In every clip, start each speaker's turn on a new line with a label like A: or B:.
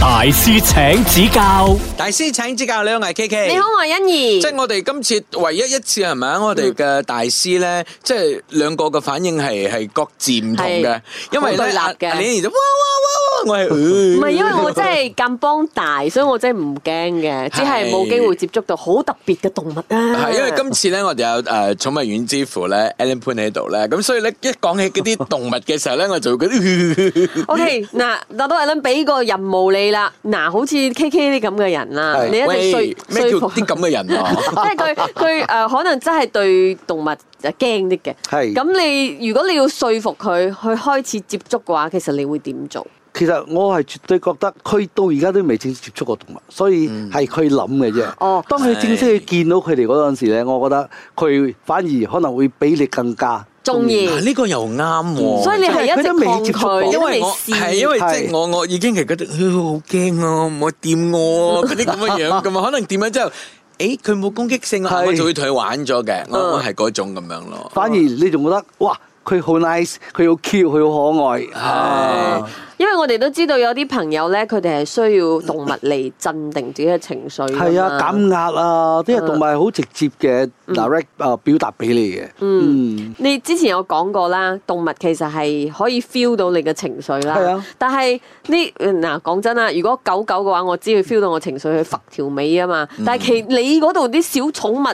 A: 大師請指教，
B: 大師請指教，你好，我係 K K。
C: 你好，，我係欣
B: 即
C: 怡。
B: 係我哋今次唯一一次係咪啊？我哋嘅大師咧，即係兩個嘅反應係係各自唔同嘅
C: 係，
B: 因為
C: 好對
B: 咧
C: 立
B: 阿
C: 嘅
B: 阿李就哇哇哇，我係唔
C: 唔係因為我真係咁幫大，所以我真係唔驚嘅，只係冇機會接觸到好特別嘅動物啊。
B: 係，因為今次咧，我哋有誒寵物園之父咧，Alan Poon 喺度咧，咁所以咧一講起嗰啲動物嘅時候咧，我就 會覺得
C: OK 嗱，嗱都係諗俾個任務你啦。嗱，好似 K K 啲咁嘅人啦，你一
B: 喂
C: 定
B: 咩
C: 說
B: 叫
C: 說服，
B: 啲咁嘅人啊？
C: 即係佢佢誒可能真係對動物就驚啲嘅。
D: 係
C: 咁你如果你要說服佢去開始接觸嘅話，其實你會點做？
D: 其實我係絕對覺得佢到而家都未正式接觸過動物，所以係佢諗嘅啫。
C: 哦
D: 當佢正式去見到佢哋嗰陣時咧，我覺得佢反而可能會比你更加
C: 中意
B: 嗱，呢個又啱喎。
C: 所以你係一
D: 佢都未
C: 直
D: 接觸
C: 抗
D: 過
C: 拒，
B: 因
C: 為
B: 為我
C: 試。
B: 係因為即係
D: 係
B: 我我已經係覺得哎呀好驚啊，唔好掂我啊嗰啲咁嘅樣 咁啊，可能掂咗之後，誒佢冇攻擊性啊，
D: 係
B: 我就會同佢玩咗嘅，我
C: 嗯
B: 我係嗰種咁樣咯。
D: 反而你仲覺得哇，佢好 nice，佢好 cute，佢好可愛。啊
B: 係
C: 因為我哋都知道有啲朋友咧，佢哋係需要動物嚟鎮定自己嘅情緒。
D: 係啊，減壓啊，啲
C: 嗯
D: 動物係好直接嘅 direct 啊表達俾你嘅。嗯，
C: 你之前有講過啦，動物其實係可以 feel 到你嘅情緒啦。
D: 係啊
C: 但係呢嗱講真啊啦，如果狗狗嘅話，我知佢 feel 到我情緒，佢揈條尾啊嘛。但係其你嗰度啲小寵物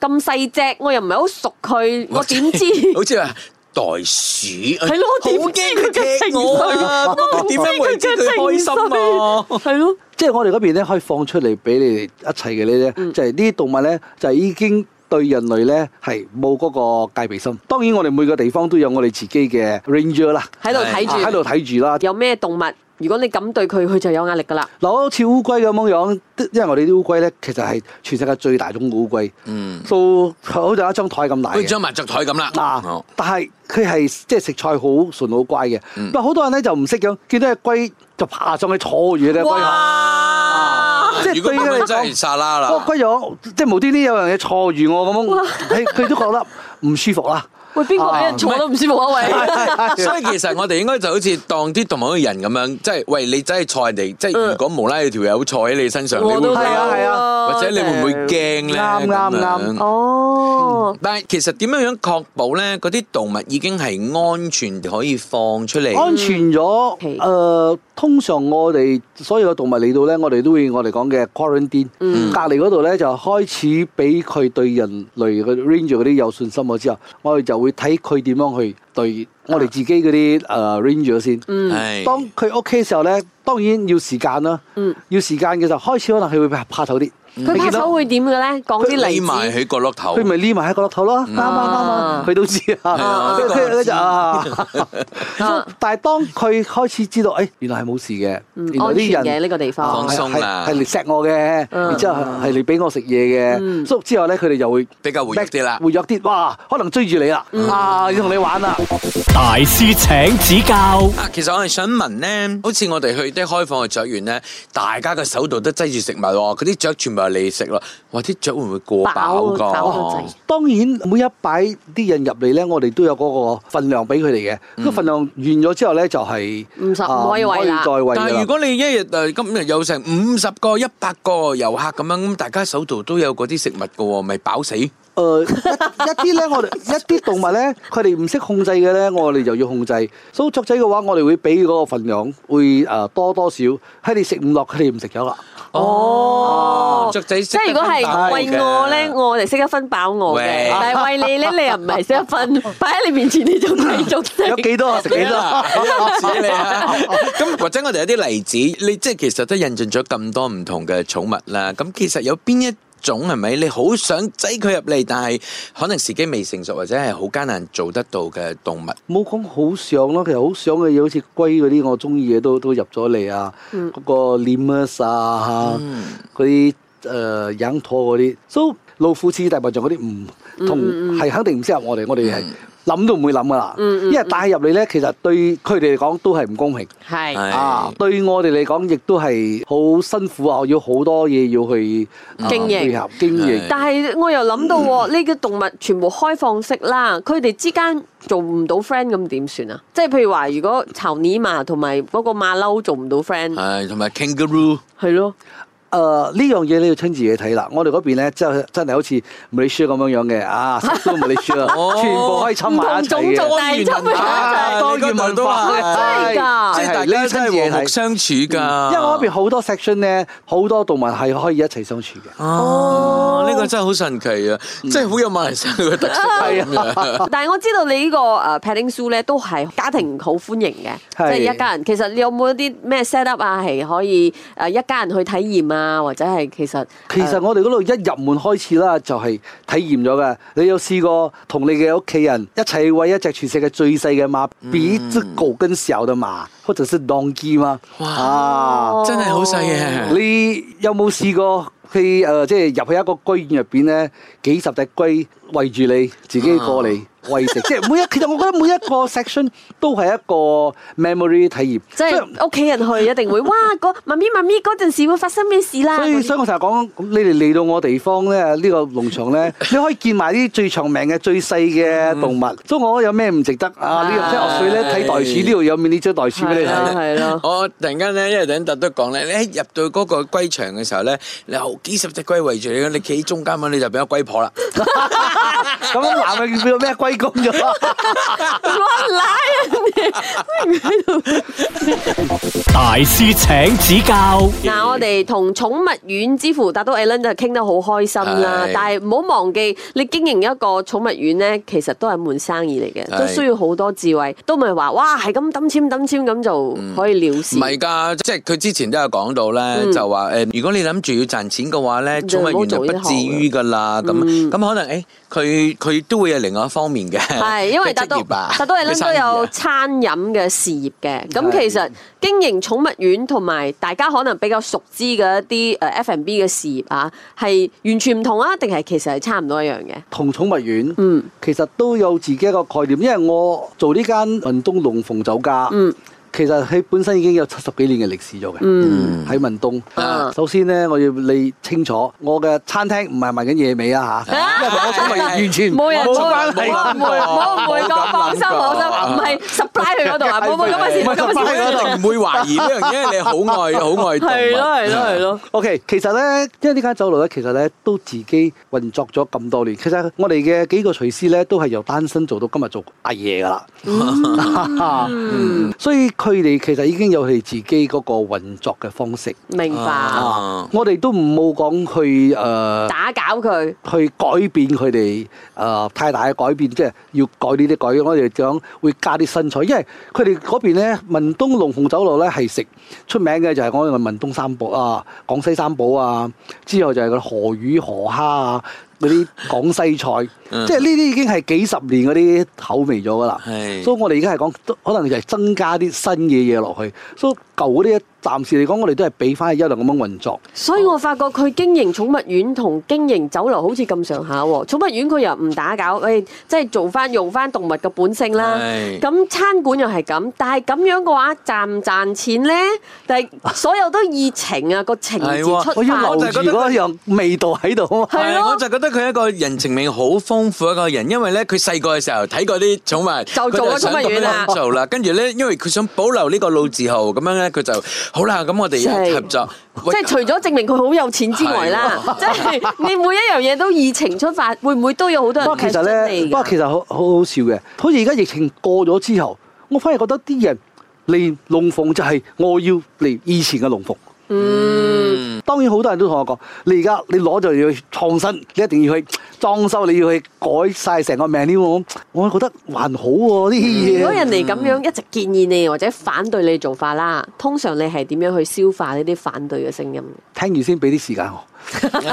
C: 咁細隻，我又唔係好熟佢，我點知？
B: 好似話袋鼠，係
C: 咯
B: 好
C: 我
B: 驚佢
C: 點知佢嘅
B: 踢我啊！咁
C: 情緒
B: 我點樣為之
C: 我唔知
B: 佢開
C: 佢嘅情
B: 心 啊？
C: 係咯，
D: 即係我哋嗰邊咧可以放出嚟俾你哋一齊嘅呢啲，就係呢啲動物咧就已經對人類咧係冇嗰個戒備心。當然我哋每個地方都有我哋自己嘅 ranger 啦，
C: 喺度睇
D: 啊喺
C: 住
D: 度睇住啦。
C: 有咩動物，如果你咁對佢，佢就有壓力㗎啦。
D: 嗱，好似烏龜咁樣樣，因為我哋啲烏龜咧其實係全世界最大種嘅烏龜，
B: 嗯，
D: 都好似一張台咁大
B: 好似
D: 嘅。
B: 張麻雀台咁啦。
D: 嗱
B: 好，
D: 但係佢係即係食菜好順好乖嘅，不過好多人咧就唔識咁，見到只龜就爬上去坐住隻龜殼，
B: 哇！
D: 即係
B: 如果
D: 對
B: 咁
D: 佢
B: 樣
D: 嚟
B: 真
D: 講
B: 係沙拉
D: 嗰
B: 啦
D: 個。龜咗啊即係無端端有樣嘢坐住我咁樣，佢佢都覺得唔舒服 啦。
C: 喂，邊個俾人坐都唔舒服啊？喂！
B: 所以其實我哋應該就好似當啲動物嘅人咁樣，即係喂你真係坐人哋，即係如果無啦啦有條友坐喺你身上，你會
C: 我
B: 唔
C: 都
B: 會
C: 係
D: 啊係
C: 啊
B: 或者你會唔會驚咧？
D: 啱啱
B: 咁樣
D: 啱
C: 哦，
B: 但係其實點樣樣確保咧？嗰啲動物已經係安全可以放出嚟。
D: 安全咗，
C: 係
D: 誒、通常我哋所有嘅動物嚟到咧，我哋都會我哋講嘅 quarantine，、隔
C: 嗯
D: 離嗰度咧就開始俾佢對人類嘅 ranger 嗰啲有信心咗之後，我哋就會睇佢點樣去對
C: 啊
D: 我哋自己嗰啲誒 ranger 先。
B: 係
D: 當佢 OK 嘅時候咧，當然要時間啦。
C: 嗯
D: 要時間嘅時候，開始可能佢會怕醜啲。
B: 嗯
C: 佢
D: 你
C: 拍
D: 見到
C: 手會點嘅咧？講啲例
B: 匿埋
C: 子。
B: 喺角落頭
D: 佢。咪匿埋喺角落頭咯，啱啱啱
C: 啊
D: 啊，佢都知啊，
B: 哦係啊
D: 佢佢佢就 啊，
C: 啊
D: 但係當佢開始知道，誒原來係冇事嘅，
C: 嗯
D: 原來
C: 安全嘅呢個地方
D: 啊
B: 放鬆啦
D: 係係嚟錫我嘅，然之後係係嚟俾我食嘢
C: 嗯
D: 嘅，所以之後咧佢哋就會
B: 比較活躍啲啦
D: 活躍啲，哇，可能追住你啦，
C: 嗯
D: 啊，要同你玩啦，
A: 大師請指教，
B: 啊，其實我係想問咧，好似我哋去啲開放嘅雀園咧，大家嘅手度都擠住食物喎，嗰啲雀全部係你食咯，哇！啲雀會唔會過飽
C: 飽飽
B: 㗎？
C: 到滯
D: 當然每一擺啲人入嚟咧，我哋都有嗰個份量俾佢哋嘅，個份量完咗之後咧就係
C: 嗯唔十
D: 啊
C: 唔可以餵啦
D: 再餵
B: 但
D: 㗎
B: 係
D: 啦
B: 如果你一日誒今日有成五十個、一百個遊客咁樣，咁大家手度都有嗰啲食物㗎喎，咪飽死？
D: 誒、呃一一啲咧，我哋一啲動物咧，佢哋唔識控制嘅咧，我哋就要控制。所以雀仔嘅話，我哋會俾嗰個份量會誒、多多少，佢哋食唔落，佢哋唔食咗啦。
C: 哦
B: 雀仔
C: 即係如果係餵我咧，我哋識得分飽我嘅
B: 喂，
C: 但係餵你咧，你又唔係識得 分，擺喺你面前你仲繼續
D: 有
C: 食。
D: 幾多啊食幾多啊？
B: 指你啊！咁或者我哋有啲例子，你即係其實都引進咗咁多唔同嘅寵物啦。咁其實有邊一種係咪你好想擠佢入嚟，但係可能時機未成熟，或者係好艱難做得到嘅動物？
D: 冇講好想咯，其實好想嘅嘢，好似龜嗰啲我中意嘅都都入咗嚟啊，嗰、個 lemurs 啊，嗰啲呃誒羊駝嗰啲，so 老虎、獅子、大笨象嗰啲唔同係肯定唔適合我哋，我哋係諗都唔會諗噶啦。因為帶入嚟咧，其實對佢哋嚟講都係唔公平。
C: 係
B: 係
D: 啊，對我哋嚟講，亦都係好辛苦啊！要好多嘢要去啊
C: 經營
D: 配合經營
B: 係。
C: 但係我又諗到喎，呢個動物全部開放式啦，佢哋之間做唔到 friend 咁點算啊？即係譬如話，如果巢尼馬同埋嗰個馬騮做唔到 friend，
B: 係同埋 kangaroo
C: 係咯，
D: 誒呃呢樣嘢你要親自去睇啦。我哋嗰邊咧，真係真係好似唔理書咁樣樣 嘅啊，乜都唔理書啦
B: 哦，
D: 全部可以侵埋一齊
C: 唔同種族
D: 嘅。
C: 但係真係
D: 啊多元文 化
C: 真係㗎
B: 即係大家真係和睦相處㗎。
D: 因為我嗰邊好多 section 咧，好多動物係可以一齊相處嘅。
B: 哦，呢個真係好神奇啊！即係好有馬來西亞嘅特色係咁樣。
C: 但係我知道你呢個誒 petting zoo 咧都係家庭好歡迎嘅，
D: 係
C: 即係一家人。其實你有冇一啲咩 set up 啊，係可以誒一家人去體驗啊，或者係其實
D: 其實
C: 誒
D: 我哋嗰度一入門開始啦，就係體驗咗嘅。你有試過同你嘅屋企人一齊餵一隻全世界最細嘅馬，比一隻狗更小嘅馬，或者是 donkey 嘛？
B: 哇
D: 啊
C: 哦
B: 真係好細嘅。
D: 你有冇試過去誒、呃即係入去一個居園入邊咧，幾十隻龜圍住你，自己過嚟餵食，即係每一其實我覺得每一個 section 都係一個 memory 體驗，
C: 即
D: 所以
C: 係屋企人去一定會哇！嗰媽咪媽咪嗰陣時會發生咩事啦？
D: 所
C: 啊嗰
D: 以
C: 啲
D: 所 以我成日講，咁你哋嚟到我地方咧，呢、個農 場咧，你可以見埋啲最長命嘅、最細
C: 嗯
D: 嘅動物。所以我覺得有咩唔值得啊？呢度即係我水咧睇袋鼠，呢度有 mini 隻袋鼠俾你
C: 係咯
D: 睇。
C: 係咯。
B: 我突然間咧，因為等特都講咧，你一入到嗰個龜場嘅時候咧，你好幾十隻龜圍住你，你企喺中間咁，你就變咗龜 婆啦。
D: 咁樣男嘅變到咩龜公 咗？
C: 我拉人哋。
A: 大師請指教，
C: 嗱，我哋同寵物園之父達到 Alan 就傾得好開心啦
B: 係，
C: 但係唔好忘記，你經營一個寵物園咧，其實都係門生意嚟嘅，
B: 係
C: 都需要好多智慧，都唔係話哇係咁抌錢抌錢咁就可以了事。
B: 嗯唔係㗎，即係佢之前都有講到咧，就話誒、如果你諗住要賺錢嘅話咧，
C: 就
B: 寵
C: 唔好
B: 物園就
C: 做
B: 不
C: 呢行
B: 至於㗎啦。咁咁、可能誒，佢、佢都會有另外一方面嘅。
C: 係，因為
B: 嘅
C: 達到
B: 職業啊
C: 達到 Alan 都
B: 嘅生意啊
C: 有餐飲嘅事業嘅，咁
D: 係
C: 其實經營寵物園同埋大家可能比較熟知嘅一啲誒 F&B 嘅事業啊，係完全唔同啊，定係其實係差唔多一樣嘅？
D: 同寵物園，
C: 嗯
D: 其實都有自己一個概念，因為我做呢間文東龍鳳酒家，
C: 嗯
D: 其實佢本身已經有七十幾年嘅歷史咗嘅。
C: 嗯
D: 喺文東
C: 啊，
D: 首先咧，我要你清楚，我嘅餐廳唔係賣緊野味啊嚇，因為同 我寵物園完全
C: 冇人
D: 冇
C: 冇
D: 關
C: 冇冇
D: 係。
C: 唔會冇唔會講，放心放心，唔係 supply 佢嗰度啊，冇冇咁嘅事，冇咁
B: 我
C: 嘅事。
B: 一定唔會懷疑呢樣嘢，你好愛好愛動物。
C: 係咯係咯係咯，
D: OK，其實咧，因為呢間酒樓咧，其實咧都自己運作咗咁多年。其實我哋嘅幾個廚師咧，都係由單身做到今日做阿爺噶啦。 所以佢哋其實已經有佢哋自己嗰個運作嘅方式。
C: 明
D: Ờ.
C: 白。
B: 啊
D: 我哋都唔好講去誒。呃
C: 打攪佢，
D: 去改變佢哋誒太大嘅改變，即係要改呢啲改。我哋講會加啲新菜，因為佢哋嗰邊咧，文東龍鳳酒樓咧係食出名嘅就係我哋文東三寶啊、廣西三寶啊，之後就係嗰啲河魚、河蝦啊嗰啲廣西菜，即係呢啲已經係幾十年嗰啲口味咗㗎啦。
B: 係
D: 所以我哋而家係講，都可能就係增加啲新嘅嘢落去。所以舊嗰啲暫時嚟講，我哋都係俾翻一樣咁樣運作。
C: 所以我發覺佢經營寵物園同經營酒樓好似咁上下喎。寵物園佢又唔打攪，誒，即係做翻用翻動物嘅本性啦。
B: 係
C: 咁餐館又係咁，但係咁樣嘅話賺唔賺錢咧？但係所有都熱情啊，個情字
B: 係喎
C: 出
D: 我要
C: 發
D: 留
B: 就係
D: 住
B: 覺得
D: 嗰樣味道喺度啊嘛。
C: 係
B: 係，
C: 咯
B: 我就覺得佢一個人情味好豐富一個人，因為咧佢細個嘅時候睇過啲寵物，
C: 就做咗
B: 佢想
C: 寵物園啊啦
B: 咁樣做啦。跟住咧，因為佢想保留呢個老字號，咁樣咧佢就好啦。咁我
C: 係
B: 哋合作，
C: 即係除咗證明佢好有錢之外啦，即係你每一樣嘢都以情出發，會唔會都有好多
D: 不
C: 人
D: 過其實
C: question
D: 咧，
C: 你
D: 不過
C: 㗎？
D: 其實好好好笑嘅。好似而家疫情過咗之後，我反而覺得啲人嚟龍鳳就係我要嚟以前嘅龍鳳。嗯，當然好多人都同我講，你而家你攞就要去創新，你一定要去裝修，你要去改晒成個命添。我我覺得還好喎呢
C: 如
D: 啲
C: 果
D: 嘢。
C: 人哋咁樣一直建議你或者反對你做法啦，
D: 嗯
C: 通常你係點樣去消化呢啲反對嘅聲音？
D: 聽完先俾啲時間我，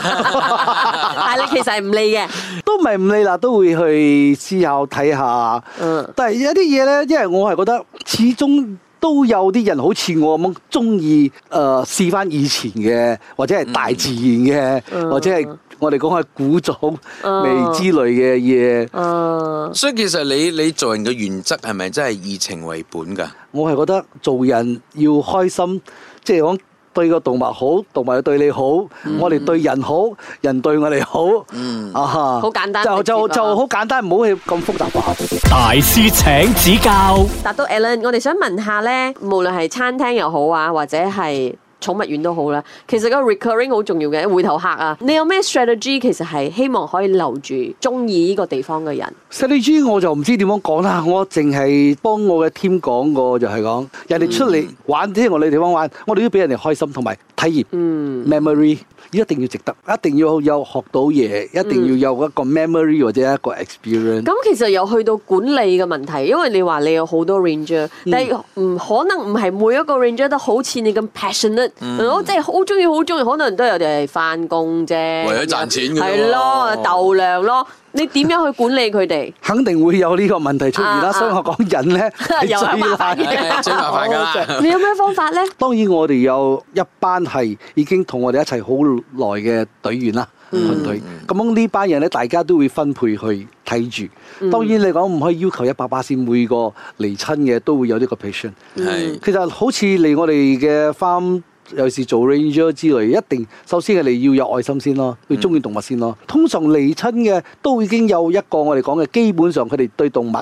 C: 但係你其實係唔理嘅，
D: 都唔係唔理啦，都會去思考睇下。
C: 嗯，
D: 但係有啲嘢咧，因為我係覺得始終。都有啲人好似我咁樣中意誒試翻以前嘅，或者係大自然嘅，
C: 嗯
D: 或者係我哋講係古早
C: 嗯
D: 味之類嘅嘢。
C: 啊，
B: 所以其實你你做人嘅原則係咪真係以情為本 㗎？
D: 我係覺得做人要開心，即係講對個動物好，動物要對你好，
C: 嗯
D: 我哋對人好，人對我哋好。嗯、啊哈，
C: 好簡單
D: 就就
C: 直接啊
D: 就好簡單，唔好去咁複雜化。
A: 大師請指教，
C: 答到 Alan，我哋想問下咧，無論係餐廳又好啊，或者係寵物園都好啦，其實個 recurring 好重要嘅回頭客啊，你有咩 strategy 其實係希望可以留住中意呢個地方嘅人？
D: s t r a t 我就唔知點樣講啦，我淨係幫我嘅 team 講過，就係講人哋出
C: 嗯
D: 嚟玩，即係我哋地方玩，我哋要俾人哋開心同埋體驗、
C: 嗯
D: memory，一定要值得，一定要有學到嘢，一定要有一個 memory 或者一個 experience。
C: 嗯咁其實又去到管理嘅問題，因為你話你有好多 ranger，、但係唔可能唔係每一個 ranger 都好似你咁 passionate，咯即係好中意好中意，可能都有啲係翻工啫，
B: 為咗賺錢㗎
C: 係咯
B: 喎，
C: 鬥量咯，你點樣去管理佢哋？
D: 肯定會有呢個問題出現啦，
C: 啊
D: 所以我講 人咧係
C: 又係麻煩
D: 最難
C: 嘅
B: 唉最麻煩 㗎啦。
C: 你有咩方法咧？
D: 當然我哋有一班係已經同我哋一齊好耐嘅隊員啦，團隊。咁樣呢班人咧，大家都會分配去睇住。當然你講唔可以要求一百八先每個嚟親嘅都會有呢個 patient。
B: 係
D: 其實好似嚟我哋嘅 farm，尤其是做 ranger 之類，一定首先係你要有愛心先咯，要中意動物先咯。通常嚟親嘅都已經有一個我哋講嘅，基本上佢哋對動物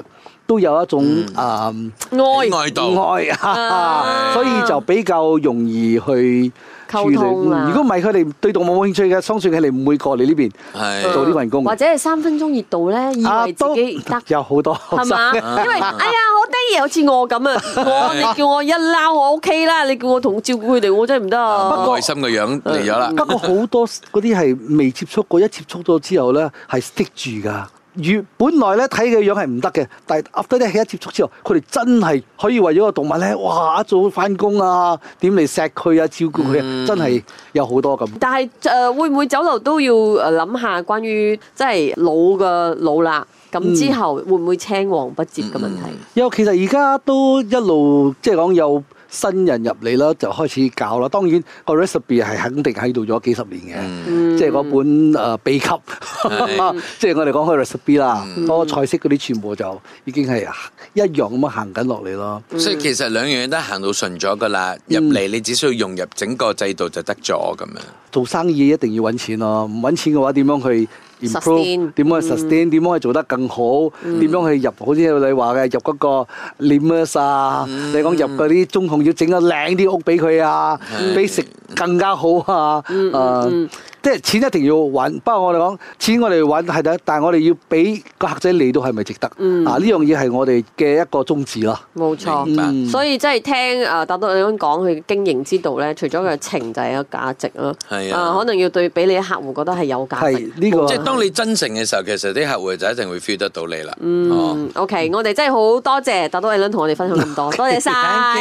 D: 都有一種啊。
C: 愛
B: 愛道
D: 愛
C: 啊
D: 啊，所以就比較容易去處
C: 溝
D: 理。
C: 通啊啦
D: 嗯如果唔係，佢哋對動物冇興趣嘅，相信佢哋唔會過嚟呢邊
B: 係
D: 做呢份工。啊
C: 或者係三分鐘熱度咧，以為自己得。
D: 有好多
C: 係嘛？ 因為哎呀，好得意，好似我咁啊！我你叫我一撈我 OK 啦，你叫我同照顧佢哋，我真係唔得啊！
B: 開心嘅樣嚟咗啦。
D: 不過好多嗰啲係未接觸過，一接觸咗之後咧係 stick 住㗎。越本來咧睇嘅樣係唔得嘅，但係 after 咧一接觸之後，佢哋真係可以為咗個動物咧，哇！一早翻工啊，點嚟錫佢啊，照顧佢
B: 嗯
D: 啊，真係有好多咁。
C: 但係誒、呃，會唔會酒樓都要誒諗下關於即係老嘅老啦？咁之後會唔會青黃不接嘅問題？
D: 有其實而家都一路即係講有新人入嚟啦，就開始教啦。當然個 recipe 係肯定喺度咗幾十年嘅，即係嗰本誒、呃秘笈， 即係我哋講開 recipe 啦，嗰個菜式嗰啲全部就已經係一樣咁樣行緊落嚟咯。
B: 所以其實兩樣嘢都行到順咗㗎啦，入嚟
C: 嗯
B: 你只需要融入整個制度就得咗咁樣。
D: 做生意一定要揾錢咯，唔揾錢嘅話點樣去
C: Sustain
D: improve？點樣去 sustain？點樣去做得更好？點樣去入？好似你話嘅入嗰個 limus 啊，你講入嗰啲中控要整個靚啲屋俾佢啊，俾食更加好啊！誒，即係錢一定要揾。不過我哋講錢我哋揾係得，但係我哋要俾個客仔嚟到係咪值得？啊，呢樣嘢係我哋嘅一個宗旨咯。
C: 冇錯。
B: 明白。
D: 嗯
C: 所以真係聽誒達到你咁講，佢經營之道咧，除咗佢嘅情就係有價值啦。
B: 係啊
C: 可能要對俾你嘅客戶覺得係有價值
D: 係。呢個
B: 即係當你真誠嘅時候，其實啲客户就一定會 feel 得到你啦。嗯，
C: 嗯，OK，我哋真係好多謝達到 Alan 同我 哋分享咁多，多謝晒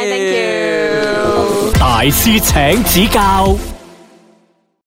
B: Thank you
C: ，thank you。
A: 大師請指教。